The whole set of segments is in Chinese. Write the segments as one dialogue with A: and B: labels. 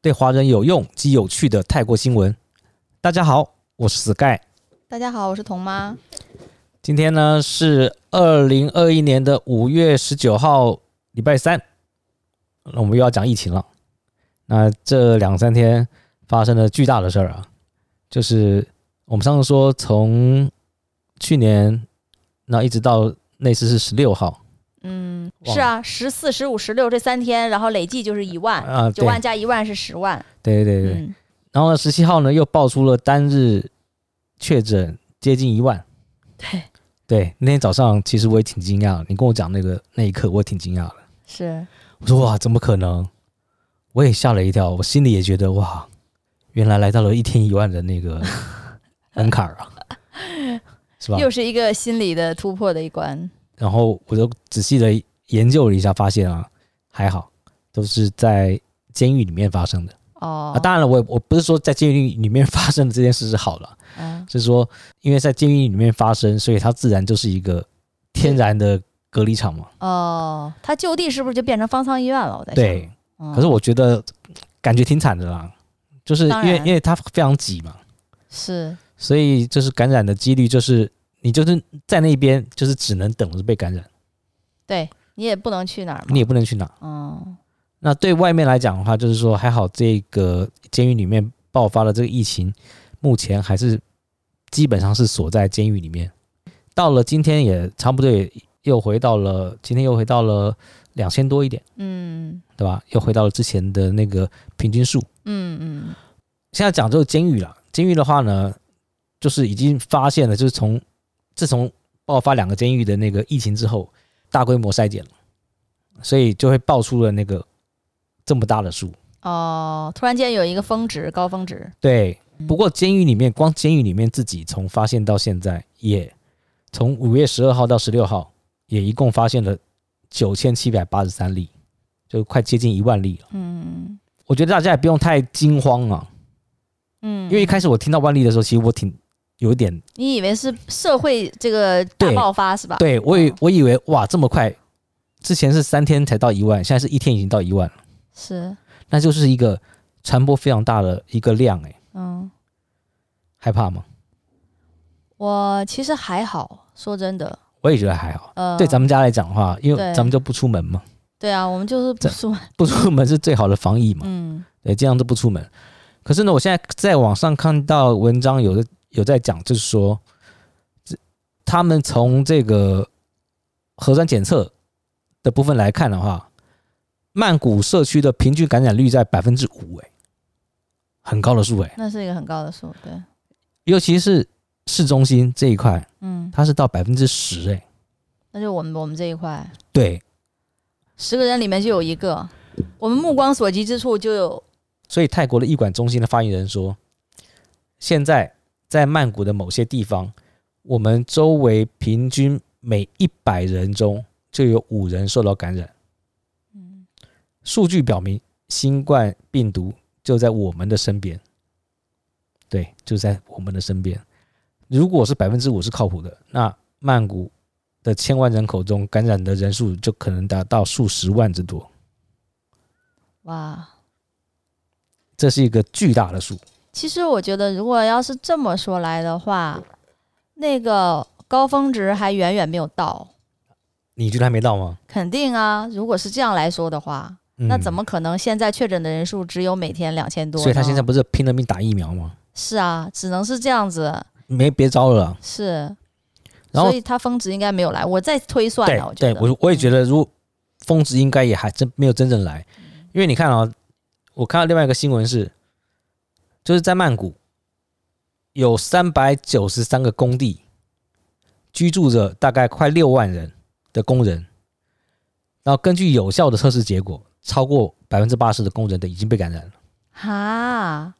A: 对华人有用及有趣的泰国新闻。大家好，我是 Sky，
B: 大家好，我是童妈。
A: 今天呢是二零二一年的五月十九号，礼拜三。那我们又要讲疫情了。那这两三天发生了巨大的事儿啊，就是我们上次说从去年那一直到那次是十六号
B: 嗯，
A: 哇
B: 是啊，十四、十五、十六这三天，然后累计就是一万，
A: 啊，
B: 九
A: 对
B: 万加一万是十万。
A: 对对对对，
B: 嗯，
A: 然后呢，十七号呢又爆出了单日确诊接近一万。
B: 对，
A: 对，那天早上其实我也挺惊讶的，你跟我讲那个那一刻，我也挺惊讶的。
B: 是
A: 我说哇，怎么可能？我也吓了一跳，我心里也觉得哇，原来来到了一天一万的那 个门槛儿啊，是吧？
B: 又是一个心理的突破的一关。
A: 然后我就仔细的研究了一下，发现啊，还好都是在监狱里面发生的、
B: 哦
A: 啊。，当然了，我也我不是说在监狱里面发生的这件事是好了。
B: 嗯，
A: 是说，因为在监狱里面发生，所以它自然就是一个天然的隔离场嘛。
B: 哦，他就地是不是就变成方舱医院了？我在想，
A: 对，
B: 嗯
A: 可是我觉得感觉挺惨的啦，就是因
B: 当
A: 为
B: 然
A: 因为它非常挤嘛，
B: 是
A: 所以就是感染的几率就是你就是在那边就是只能等着被感染，
B: 对你也不能去哪儿嘛。
A: 你也不能去哪。
B: 嗯，
A: 那对外面来讲的话，就是说还好这个监狱里面爆发了这个疫情，目前还是基本上是锁在监狱里面。到了今天也差不多也又回到了今天又回到了两千多一点，
B: 嗯
A: 对吧？又回到了之前的那个平均数。
B: 嗯嗯，
A: 现在讲就是监狱了，监狱的话呢，就是已经发现了，就是从自从爆发两个监狱的那个疫情之后，大规模筛检了，所以就会爆出了那个这么大的数。
B: 哦，突然间有一个峰值，高峰值。
A: 对，
B: 嗯
A: 不过监狱里面，光监狱里面自己从发现到现在，也从五月十二号到十六号，也一共发现了九千七百八十三例，就快接近一万例了。
B: 嗯
A: 我觉得大家也不用太惊慌啊，
B: 嗯，
A: 因为一开始我听到万例的时候，其实我挺有点，
B: 你以为是社会这个大
A: 对
B: 爆发是吧？
A: 对我以
B: 嗯
A: 我以为哇这么快，之前是三天才到一万，现在是一天已经到一万了，
B: 是，
A: 那就是一个传播非常大的一个量哎、
B: 嗯。
A: 害怕吗？
B: 我其实还好，说真的，
A: 我也觉得还好。
B: 呃，
A: 对咱们家来讲的话，因为
B: 对
A: 咱们就不出门嘛，
B: 对啊，我们就是不
A: 这
B: 说，
A: 不出门是最好的防疫嘛，
B: 嗯
A: 对，尽量都不出门。可是呢，我现在在网上看到文章有的有在讲，就是说，这他们从这个核酸检测的部分来看的话，曼谷社区的平均感染率在百分之五，哎，很高的数哎，
B: 那是一个很高的数，对，
A: 尤其是市中心这一块，
B: 嗯，
A: 它是到百分之十，哎，
B: 那就我们我们这一块，
A: 对，
B: 十个人里面就有一个，我们目光所及之处就有，
A: 所以泰国的医管中心的发言人说，现在在曼谷的某些地方，我们周围平均每一百人中就有五人受到感染。
B: 嗯，
A: 数据表明，新冠病毒就在我们的身边。对，就在我们的身边。如果是百分之五是靠谱的，那曼谷的千万人口中感染的人数就可能达到数十万之多，
B: 哇，
A: 这是一个巨大的数。
B: 其实我觉得，如果要是这么说来的话，那个高峰值还远远没有到，
A: 你觉得还没到吗？
B: 肯定啊，如果是这样来说的话，那
A: 嗯
B: 怎么可能现在确诊的人数只有每天两千多呢？
A: 所以他现在不是拼了命打疫苗吗？
B: 是啊，只能是这样子，
A: 没别招了啊。
B: 是，
A: 然后
B: 所以他峰值应该没有来。我再推算
A: 对
B: 了，我觉
A: 对
B: 得，，嗯
A: 我我也觉得，如果峰值应该也还真没有真正来，
B: 嗯
A: 因为你看啊，我看到另外一个新闻是，就是在曼谷有三百九十三个工地，居住着大概快六万人的工人，然后根据有效的测试结果，超过百分之八十的工人的已经被感染了。
B: 哈，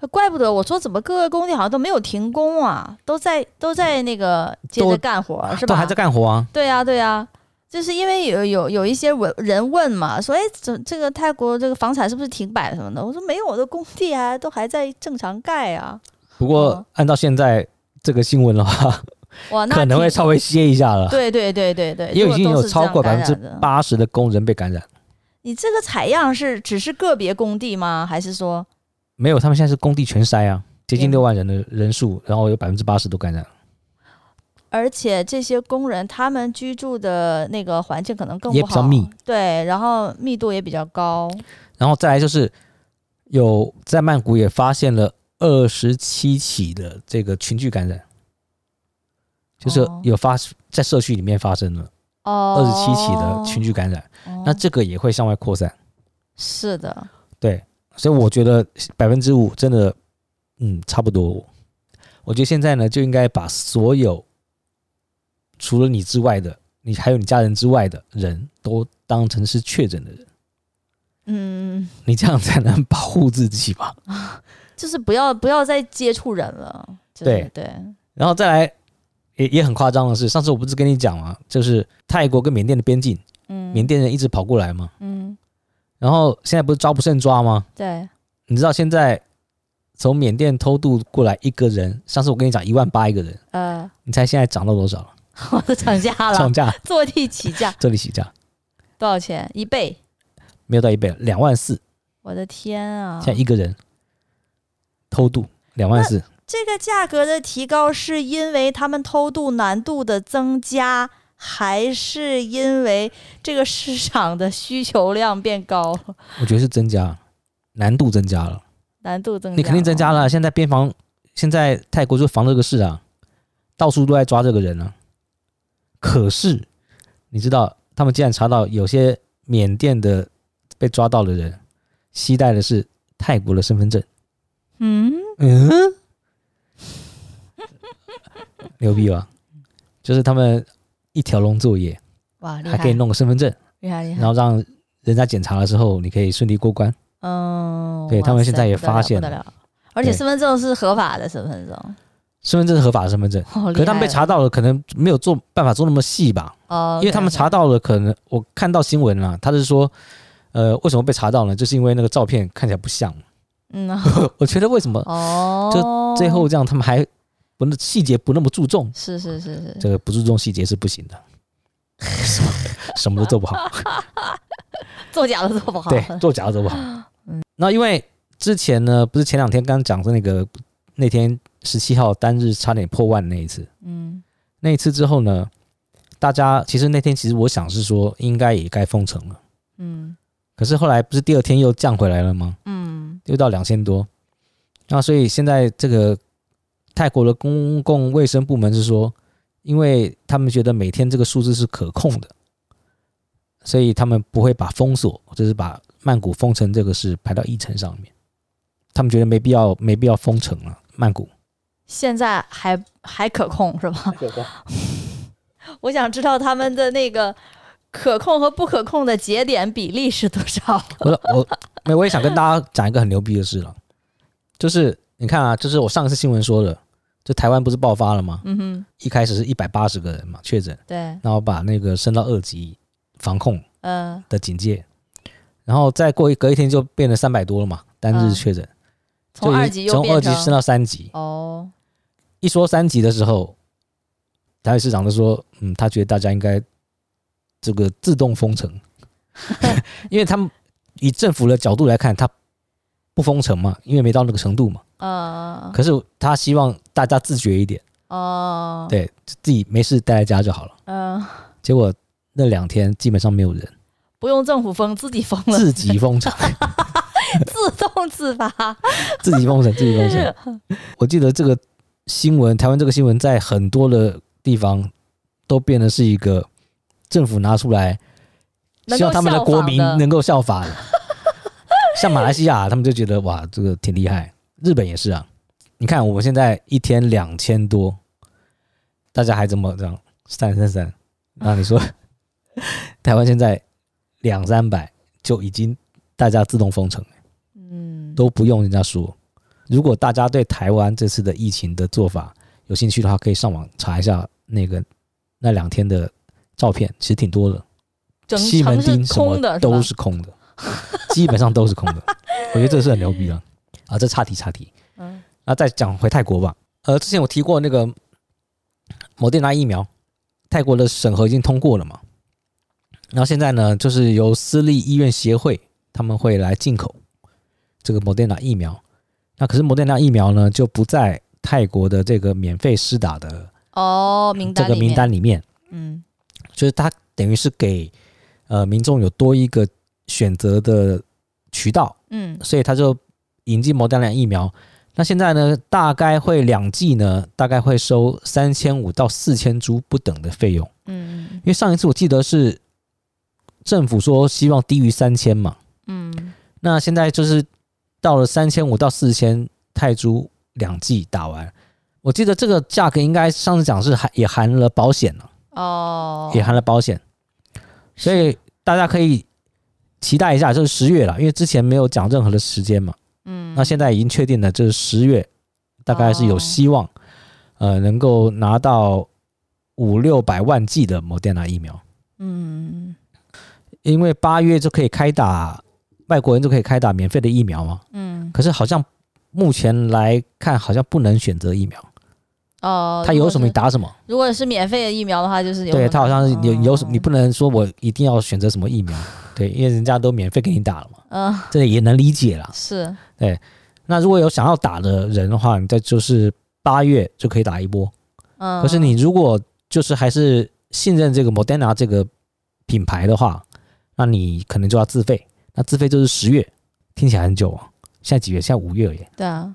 B: 呃怪不得我说怎么各个工地好像都没有停工啊，都在都在那个接着
A: 嗯都
B: 干活儿哦是吧？
A: 都还在干活啊，
B: 对呀、对呀、就是因为有有有一些人人问嘛，说哎，这这个泰国这个房产是不是停摆什么的？我说没有，我的工地啊都还在正常盖啊。
A: 不过
B: 哦
A: 按照现在这个新闻的话，
B: 哇，那
A: 可能会
B: 挺
A: 稍微歇一下了，
B: 对对对对对，
A: 因为已
B: 如
A: 经
B: 果都
A: 有
B: 是
A: 超
B: 这样
A: 过百
B: 感
A: 分之
B: 染的。
A: 八十的工人被感染，
B: 你这个采样是只是个别工地吗？还是说
A: 没有，他们现在是工地全筛啊，接近
B: 天
A: 六万人的人数，然后有百分之八十都感染了，
B: 而且这些工人他们居住的那个环境可能更
A: 也
B: 不
A: 比较
B: 好，
A: 密
B: 对，然后密度也比较高。
A: 然后再来就是有在曼谷也发现了二十七起的这个群聚感染，就是
B: 哦
A: 有发在社区里面发生了
B: 哦，
A: 二十七起的群聚感染，
B: 哦，
A: 那这个也会向外扩散。
B: 是的，
A: 对，所以我觉得百分之五真的，嗯，差不多。我觉得现在呢，就应该把所有除了你之外的，你还有你家人之外的人都当成是确诊的人，
B: 嗯，
A: 你这样才能保护自己嘛。
B: 就是不要不要再接触人了。就是
A: 对
B: 对，
A: 然后再来，也也很夸张的是，上次我不是跟你讲嘛，就是泰国跟缅甸的边境，
B: 嗯，
A: 缅甸人一直跑过来嘛，
B: 嗯，
A: 然后现在不是抓不胜抓吗？
B: 对，
A: 你知道现在从缅甸偷渡过来一个人，上次我跟你讲一万八一个人，
B: 呃，
A: 你猜现在涨到多少了？
B: 我都涨价了
A: 涨，价，
B: 坐地起价
A: 这里起价
B: 多少钱？一倍，
A: 没有到一倍，两万四，
B: 我的天啊！
A: 现在一个人偷渡两万四，
B: 这个价格的提高是因为他们偷渡难度的增加，还是因为这个市场的需求量变高，
A: 我觉得是增加，难度增加了，
B: 难度增加？
A: 你肯定增加了。。现在边防，现在泰国就防这个事啊，到处都在抓这个人啊。可是你知道，他们竟然查到有些缅甸的被抓到的人，携带的是泰国的身份证，
B: 嗯，
A: 嗯，牛逼吧？就是他们一条龙作业。
B: 哇，厉
A: 还可以
B: 害，
A: 弄个身份证，
B: 厉害，厉
A: 然
B: 害。
A: 后让人家检查的时候你可以顺利过关。
B: 嗯，
A: 对
B: 哇
A: 他们
B: 塞
A: 现在也
B: 不得了
A: 发现
B: 不得了，而
A: 对
B: 且身份证是合法的身份证，
A: 身份证是合法的身份证，
B: 好
A: 可是他们被
B: 厉害啊
A: 查到了，可能没有做办法做那么细吧，
B: 哦，
A: 因为他们
B: 对
A: 查到了，可能我看到新闻啊了，他是说，呃，为什么被查到呢？就是因为那个照片看起来不像。
B: 嗯
A: 我觉得为什么
B: 哦，
A: 最后这样他们还不那细节不那么注重，
B: 是是是是，
A: 这个不注重细节是不行的，什么什么都做不好。
B: 作假都做不好，
A: 对，做假的做不好。那因为之前呢，不是前两天刚讲的那个那天十七号单日差点破万那一次，
B: 嗯
A: 那一次之后呢，大家其实那天其实我想是说应该也该封城了，
B: 嗯
A: 可是后来不是第二天又降回来了吗？
B: 嗯，
A: 又到两千多。那所以现在这个泰国的公共卫生部门是说，因为他们觉得每天这个数字是可控的，所以他们不会把封锁，就是把曼谷封城这个事排到议程上面。他们觉得没必要，没必要封城了。曼谷，
B: 现在还还可控是吧？我想知道他们的那个可控和不可控的节点比例是多 少？
A: 我说我没有，我也想跟大家讲一个很牛逼的事了，就是你看啊，就是我上一次新闻说的，就台湾不是爆发了吗？
B: 嗯哼，
A: 一开始是一百八十个人嘛确诊，
B: 对，
A: 然后把那个升到二级防控
B: 嗯、
A: 的警戒，然后再过一隔一天就变成三百多了嘛，单日
B: 嗯
A: 确诊，就
B: 从
A: 已
B: 二
A: 经
B: 级又
A: 从二
B: 变
A: 级
B: 成
A: 升到三级。
B: 哦，
A: 一说三级的时候，台北市长就说，嗯，他觉得大家应该这个自动封城， 因为他们以政府的角度来看，他不封城嘛，因为没到那个程度嘛。
B: 嗯
A: 可是他希望大家自觉一点，
B: 哦，
A: 对自己没事待在家就好了。
B: 嗯、
A: 结果那两天基本上没有人，
B: 不用政府封，自己封了，
A: 自己封城。
B: 自动自 发，
A: 自己 封城，自己封城。我记得这个新闻，台湾这个新闻在很多的地方都变得是一个政府拿出来，
B: 能够
A: 希望他们的国民
B: 效仿的
A: 能够效法的。 像马来西亚，他们就觉得哇，这个挺厉害。日本也是啊，你看我们现在一天两千多，大家还怎么这样散散散？那你说 台湾现在两三百就已经大家自动封城了，
B: 嗯，
A: 都不用人家说。如果大家对台湾这次的疫情的做法有兴趣的话，可以上网查一下那个那两天的照片，其实挺多的。
B: 整
A: 西门
B: 城
A: 町
B: 是
A: 什么
B: 空的，
A: 都
B: 是吧
A: 是空的，基本上都是空的。我觉得这是很牛逼的啊！这岔题岔题。
B: 嗯
A: 那再讲回泰国吧。呃，之前我提过那个摩德纳疫苗，泰国的审核已经通过了嘛。然后现在呢，就是由私立医院协会他们会来进口这个摩德纳疫苗。那可是摩德纳疫苗呢，就不在泰国的这个免费施打的
B: 哦，名
A: 这
B: 单
A: 个
B: 里
A: 名
B: 面，
A: 单里面，
B: 嗯
A: 就是它等于是给呃民众有多一个选择的渠道。
B: 嗯
A: 所以他就引进摩丹量疫苗。那现在呢，大概会两剂呢，大概会收三千五到四千株不等的费用。
B: 嗯
A: 因为上一次我记得是政府说希望低于三千嘛，
B: 嗯，
A: 那现在就是到了三千五到四千泰铢两剂打完。我记得这个价格应该上次讲是含也含了保险了，
B: 哦，
A: 也含了保险，所以大家可以期待一下，就是十月了，因为之前没有讲任何的时间嘛。
B: 嗯，
A: 那现在已经确定了，就是十月，大概是有
B: 哦
A: 希望，呃，能够拿到五六百万剂的摩德纳疫苗，
B: 嗯
A: 因为八月就可以开打，外国人就可以开打免费的疫苗嘛。
B: 嗯
A: 可是好像目前来看，好像不能选择疫苗，
B: 哦，
A: 它
B: 如
A: 有
B: 果
A: 什么你
B: 是？
A: 打什么。
B: 如果是免费的疫苗的话，就是有
A: 对，
B: 什么
A: 它好像是有有什
B: 哦
A: 你不能说我一定要选择什么疫苗，对，因为人家都免费给你打了嘛，
B: 嗯
A: 这也能理解啦。
B: 是
A: 那如果有想要打的人的话，你再就是八月就可以打一波。
B: 嗯，
A: 可是你如果就是还是信任这个 Moderna 这个品牌的话，那你可能就要自费。那自费就是十月，听起来很久啊。现在几月？现在五月耶，
B: 对啊，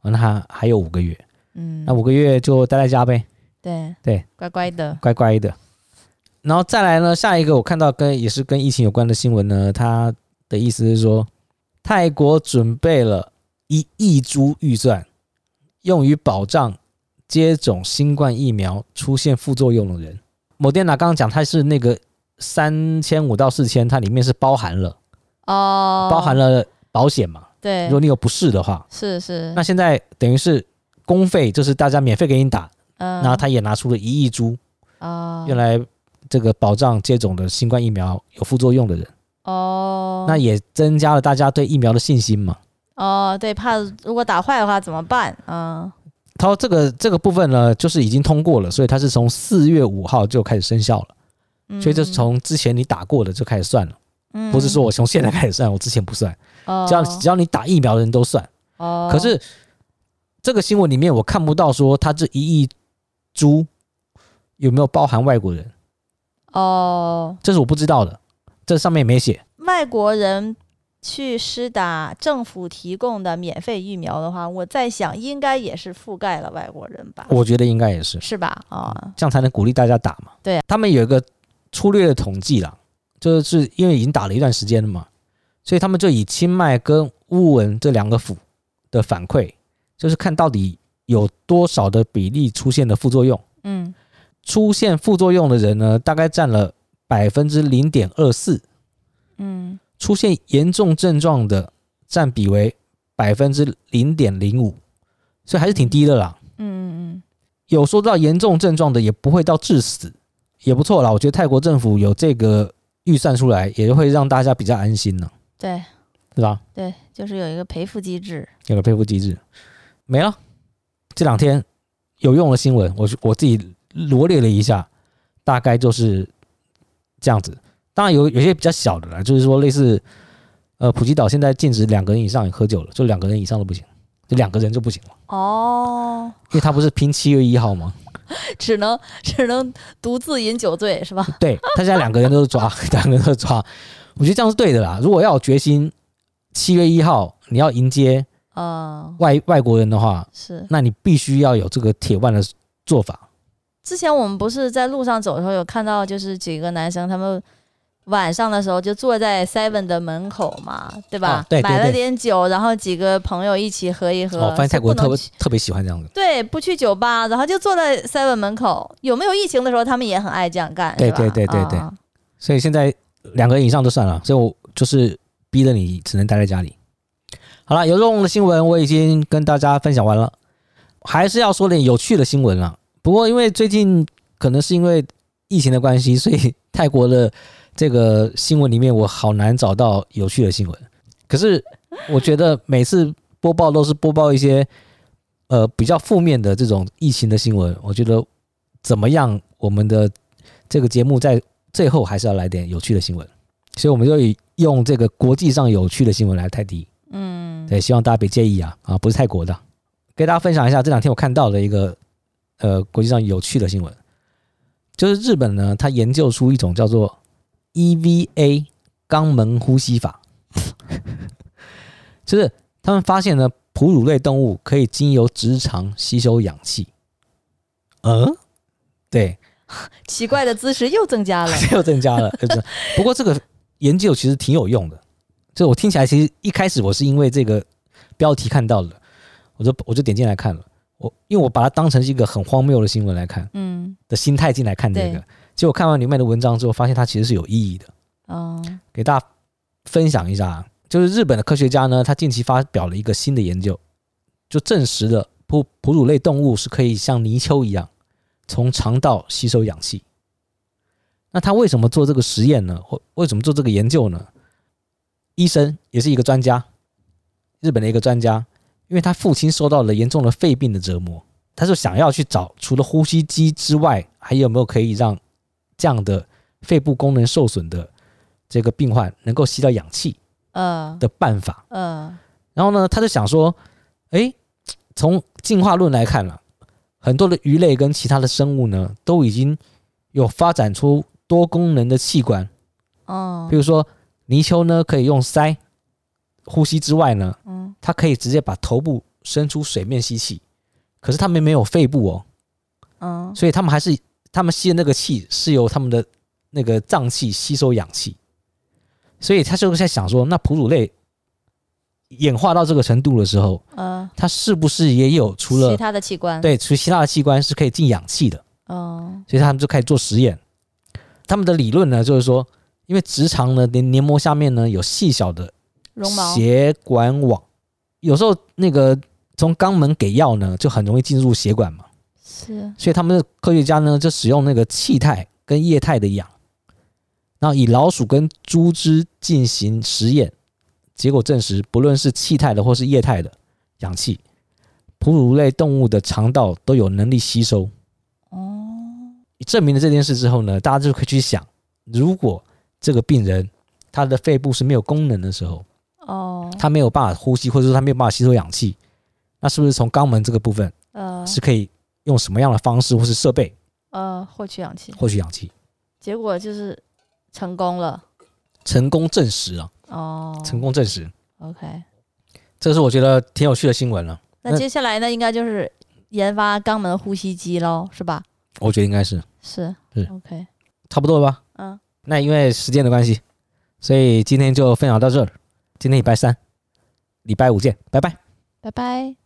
A: 啊那还还有五个月，
B: 嗯，
A: 那五个月就待在家呗，
B: 对
A: 对，
B: 乖乖的，
A: 乖乖的。然后再来呢，下一个我看到跟也是跟疫情有关的新闻呢，它的意思是说，泰国准备了一亿株预算，用于保障接种新冠疫苗出现副作用的人。某电脑刚刚讲它是那个三千五到四千，它里面是包含了
B: 哦，
A: 包含了保险嘛，
B: 对嗯
A: 如，果你有不适的话，
B: 是是，
A: 那现在等于是公费，就是大家免费给你打，
B: 嗯，
A: 然后他也拿出了一亿株
B: 哦，
A: 用来这个保障接种的新冠疫苗有副作用的人，
B: 哦，
A: 那也增加了大家对疫苗的信心嘛。
B: 哦，对，怕如果打坏的话怎么办？嗯，
A: 他说这个这个部分呢，就是已经通过了，所以它是从四月五号就开始生效了，
B: 嗯
A: 所以这是从之前你打过的就开始算了，不是说我从现在开始算，我之前不算，
B: 嗯
A: 只要
B: 哦
A: 只要你打疫苗的人都算。
B: 哦，
A: 可是这个新闻里面我看不到说它这一亿株有没有包含外国人，
B: 哦，
A: 这是我不知道的，这上面也没写。
B: 外国人去施打政府提供的免费疫苗的话，我在想应该也是覆盖了外国人吧，
A: 我觉得应该也是，
B: 是吧？啊，
A: 这样才能鼓励大家打嘛。
B: 对啊
A: 他们有一个粗略的统计啦，就是因为已经打了一段时间了嘛，所以他们就以清迈跟乌汶这两个府的反馈，就是看到底有多少的比例出现了副作用。
B: 嗯，
A: 出现副作用的人呢，大概占了百分之零点二四，
B: 嗯，
A: 出现严重症状的占比为百分之零点零五，所以还是挺低的啦。
B: 嗯嗯
A: 有说到严重症状的，也不会到致死，也不错啦。我觉得泰国政府有这个预算出来，也会让大家比较安心呢，
B: 对
A: 对吧？
B: 对，就是有一个赔付机制。
A: 有个配付机制，没了。这两天有用的新闻，我我自己罗列了一下，大概就是这样子。当然有有些比较小的啦，就是说类似，呃，普吉岛现在禁止两个人以上喝酒了，就两个人以上都不行，就两个人就不行了，
B: 哦，
A: 因为他不是拼七月一号吗？
B: 只能只能独自饮酒醉是 吧？
A: 对他现在两个人都是抓， 两个人都是抓，我觉得这样是对的啦。如果要有决心，七月一号你要迎接
B: 嗯，
A: 外外国人的话，
B: 是。
A: 那你必须要有这个铁腕的做法。
B: 之前我们不是在路上走的时候有看到，就是几个男生他们晚上的时候就坐在 Seven 的门口嘛，对吧？
A: 啊对对
B: 买了
A: 对
B: 点酒，然后几个朋友一起喝一喝。
A: 哦，发现泰国人
B: 啊
A: 特
B: 不
A: 别
B: 能去
A: 特别喜欢这样子。
B: 对，不去酒吧，然后就坐在 Seven 门口。有没有疫情的时候，他们也很爱这样干，
A: 对
B: 是吧
A: 对对对对
B: 啊
A: 所以现在两个人以上就算了，所以我就是逼着你只能待在家里。好了，有用的新闻我已经跟大家分享完了，还是要说点有趣的新闻啊。不过因为最近可能是因为疫情的关系，所以泰国的这个新闻里面我好难找到有趣的新闻。可是我觉得每次播报都是播报一些呃比较负面的这种疫情的新闻，我觉得怎么样，我们的这个节目在最后还是要来点有趣的新闻，所以我们就以用这个国际上有趣的新闻来泰迪。
B: 嗯，
A: 对，希望大家别介意啊啊，不是泰国的，给大家分享一下这两天我看到的一个呃国际上有趣的新闻，就是日本呢，它研究出一种叫做 EVA 肛门呼吸法， 就是他们发现呢，哺乳类动物可以经由直肠吸收氧气。嗯，对，
B: 奇怪的姿势又 增加了。
A: 又增加了，就是不过这个研究其实挺有用的，就我听起来其实一开始我是因为这个标题看到的，我就我就点进来看了，我因为我把它当成是一个很荒谬的新闻来看
B: 嗯，
A: 的心态进来看这个
B: 对，
A: 结果看完里面的文章之后，发现它其实是有意义的，
B: 哦，
A: 给大家分享一下啊，就是日本的科学家呢，他近期发表了一个新的研究，就证实了哺哺乳类动物是可以像泥鳅一样从肠道吸收氧气。那他为什么做这个实验呢？或为什么做这个研究呢？医生也是一个专家，日本的一个专家，因为他父亲受到了严重的肺病的折磨，他就想要去找除了呼吸机之外，还有没有可以让这样的肺部功能受损的这个病患能够吸到氧气
B: 呃
A: 的办法。
B: 呃，
A: 然后呢，他就想说，诶，从进化论来看了、很多的鱼类跟其他的生物呢，都已经有发展出多功能的器官，
B: 哦
A: 比，如说泥鳅呢，可以用鳃呼吸之外呢，
B: 嗯，
A: 它可以直接把头部伸出水面吸气，可是它们没有肺部哦，
B: 嗯，
A: 所以它们还是它们吸的那个气是由它们的那个脏器吸收氧气，所以他就在想说，那哺乳类演化到这个程度的时候，
B: 呃，
A: 它是不是也有除
B: 其
A: 了
B: 他的器官，，
A: 对除其他的器官是可以进氧气的？
B: 哦，
A: 所以他们就开始做实验。他们的理论呢，就是说，因为直肠呢黏黏膜下面呢有细小的
B: 绒毛，
A: 血管网，有时候那个从肛门给药呢，就很容易进入血管嘛。
B: 是，
A: 所以他们的科学家呢，就使用那个气态跟液态的氧，然后以老鼠跟猪只进行实验，结果证实，不论是气态的或是液态的氧气，哺乳类动物的肠道都有能力吸收。
B: 哦，
A: 证明了这件事之后呢，大家就可以去想，如果这个病人他的肺部是没有功能的时候，
B: 哦，
A: 他没有办法呼吸，或者说他没有办法吸收氧气，那是不是从肛门这个部分
B: 呃
A: 是可以用什么样的方式或是设备
B: 呃，获取氧气，
A: 获取氧气？
B: 结果就是成功了。
A: 成功证实啊，
B: 哦，
A: 成功证实，
B: ，OK。
A: 这是我觉得挺有趣的新闻啊了。
B: 那接下来呢，应该就是研发肛门呼吸机喽，是吧？
A: 我觉得应该是
B: 是，
A: 是
B: o k
A: 差不多了吧？
B: 嗯，
A: 那因为时间的关系，所以今天就分享到这儿。今天礼拜三，礼拜五见，拜拜。
B: 拜拜。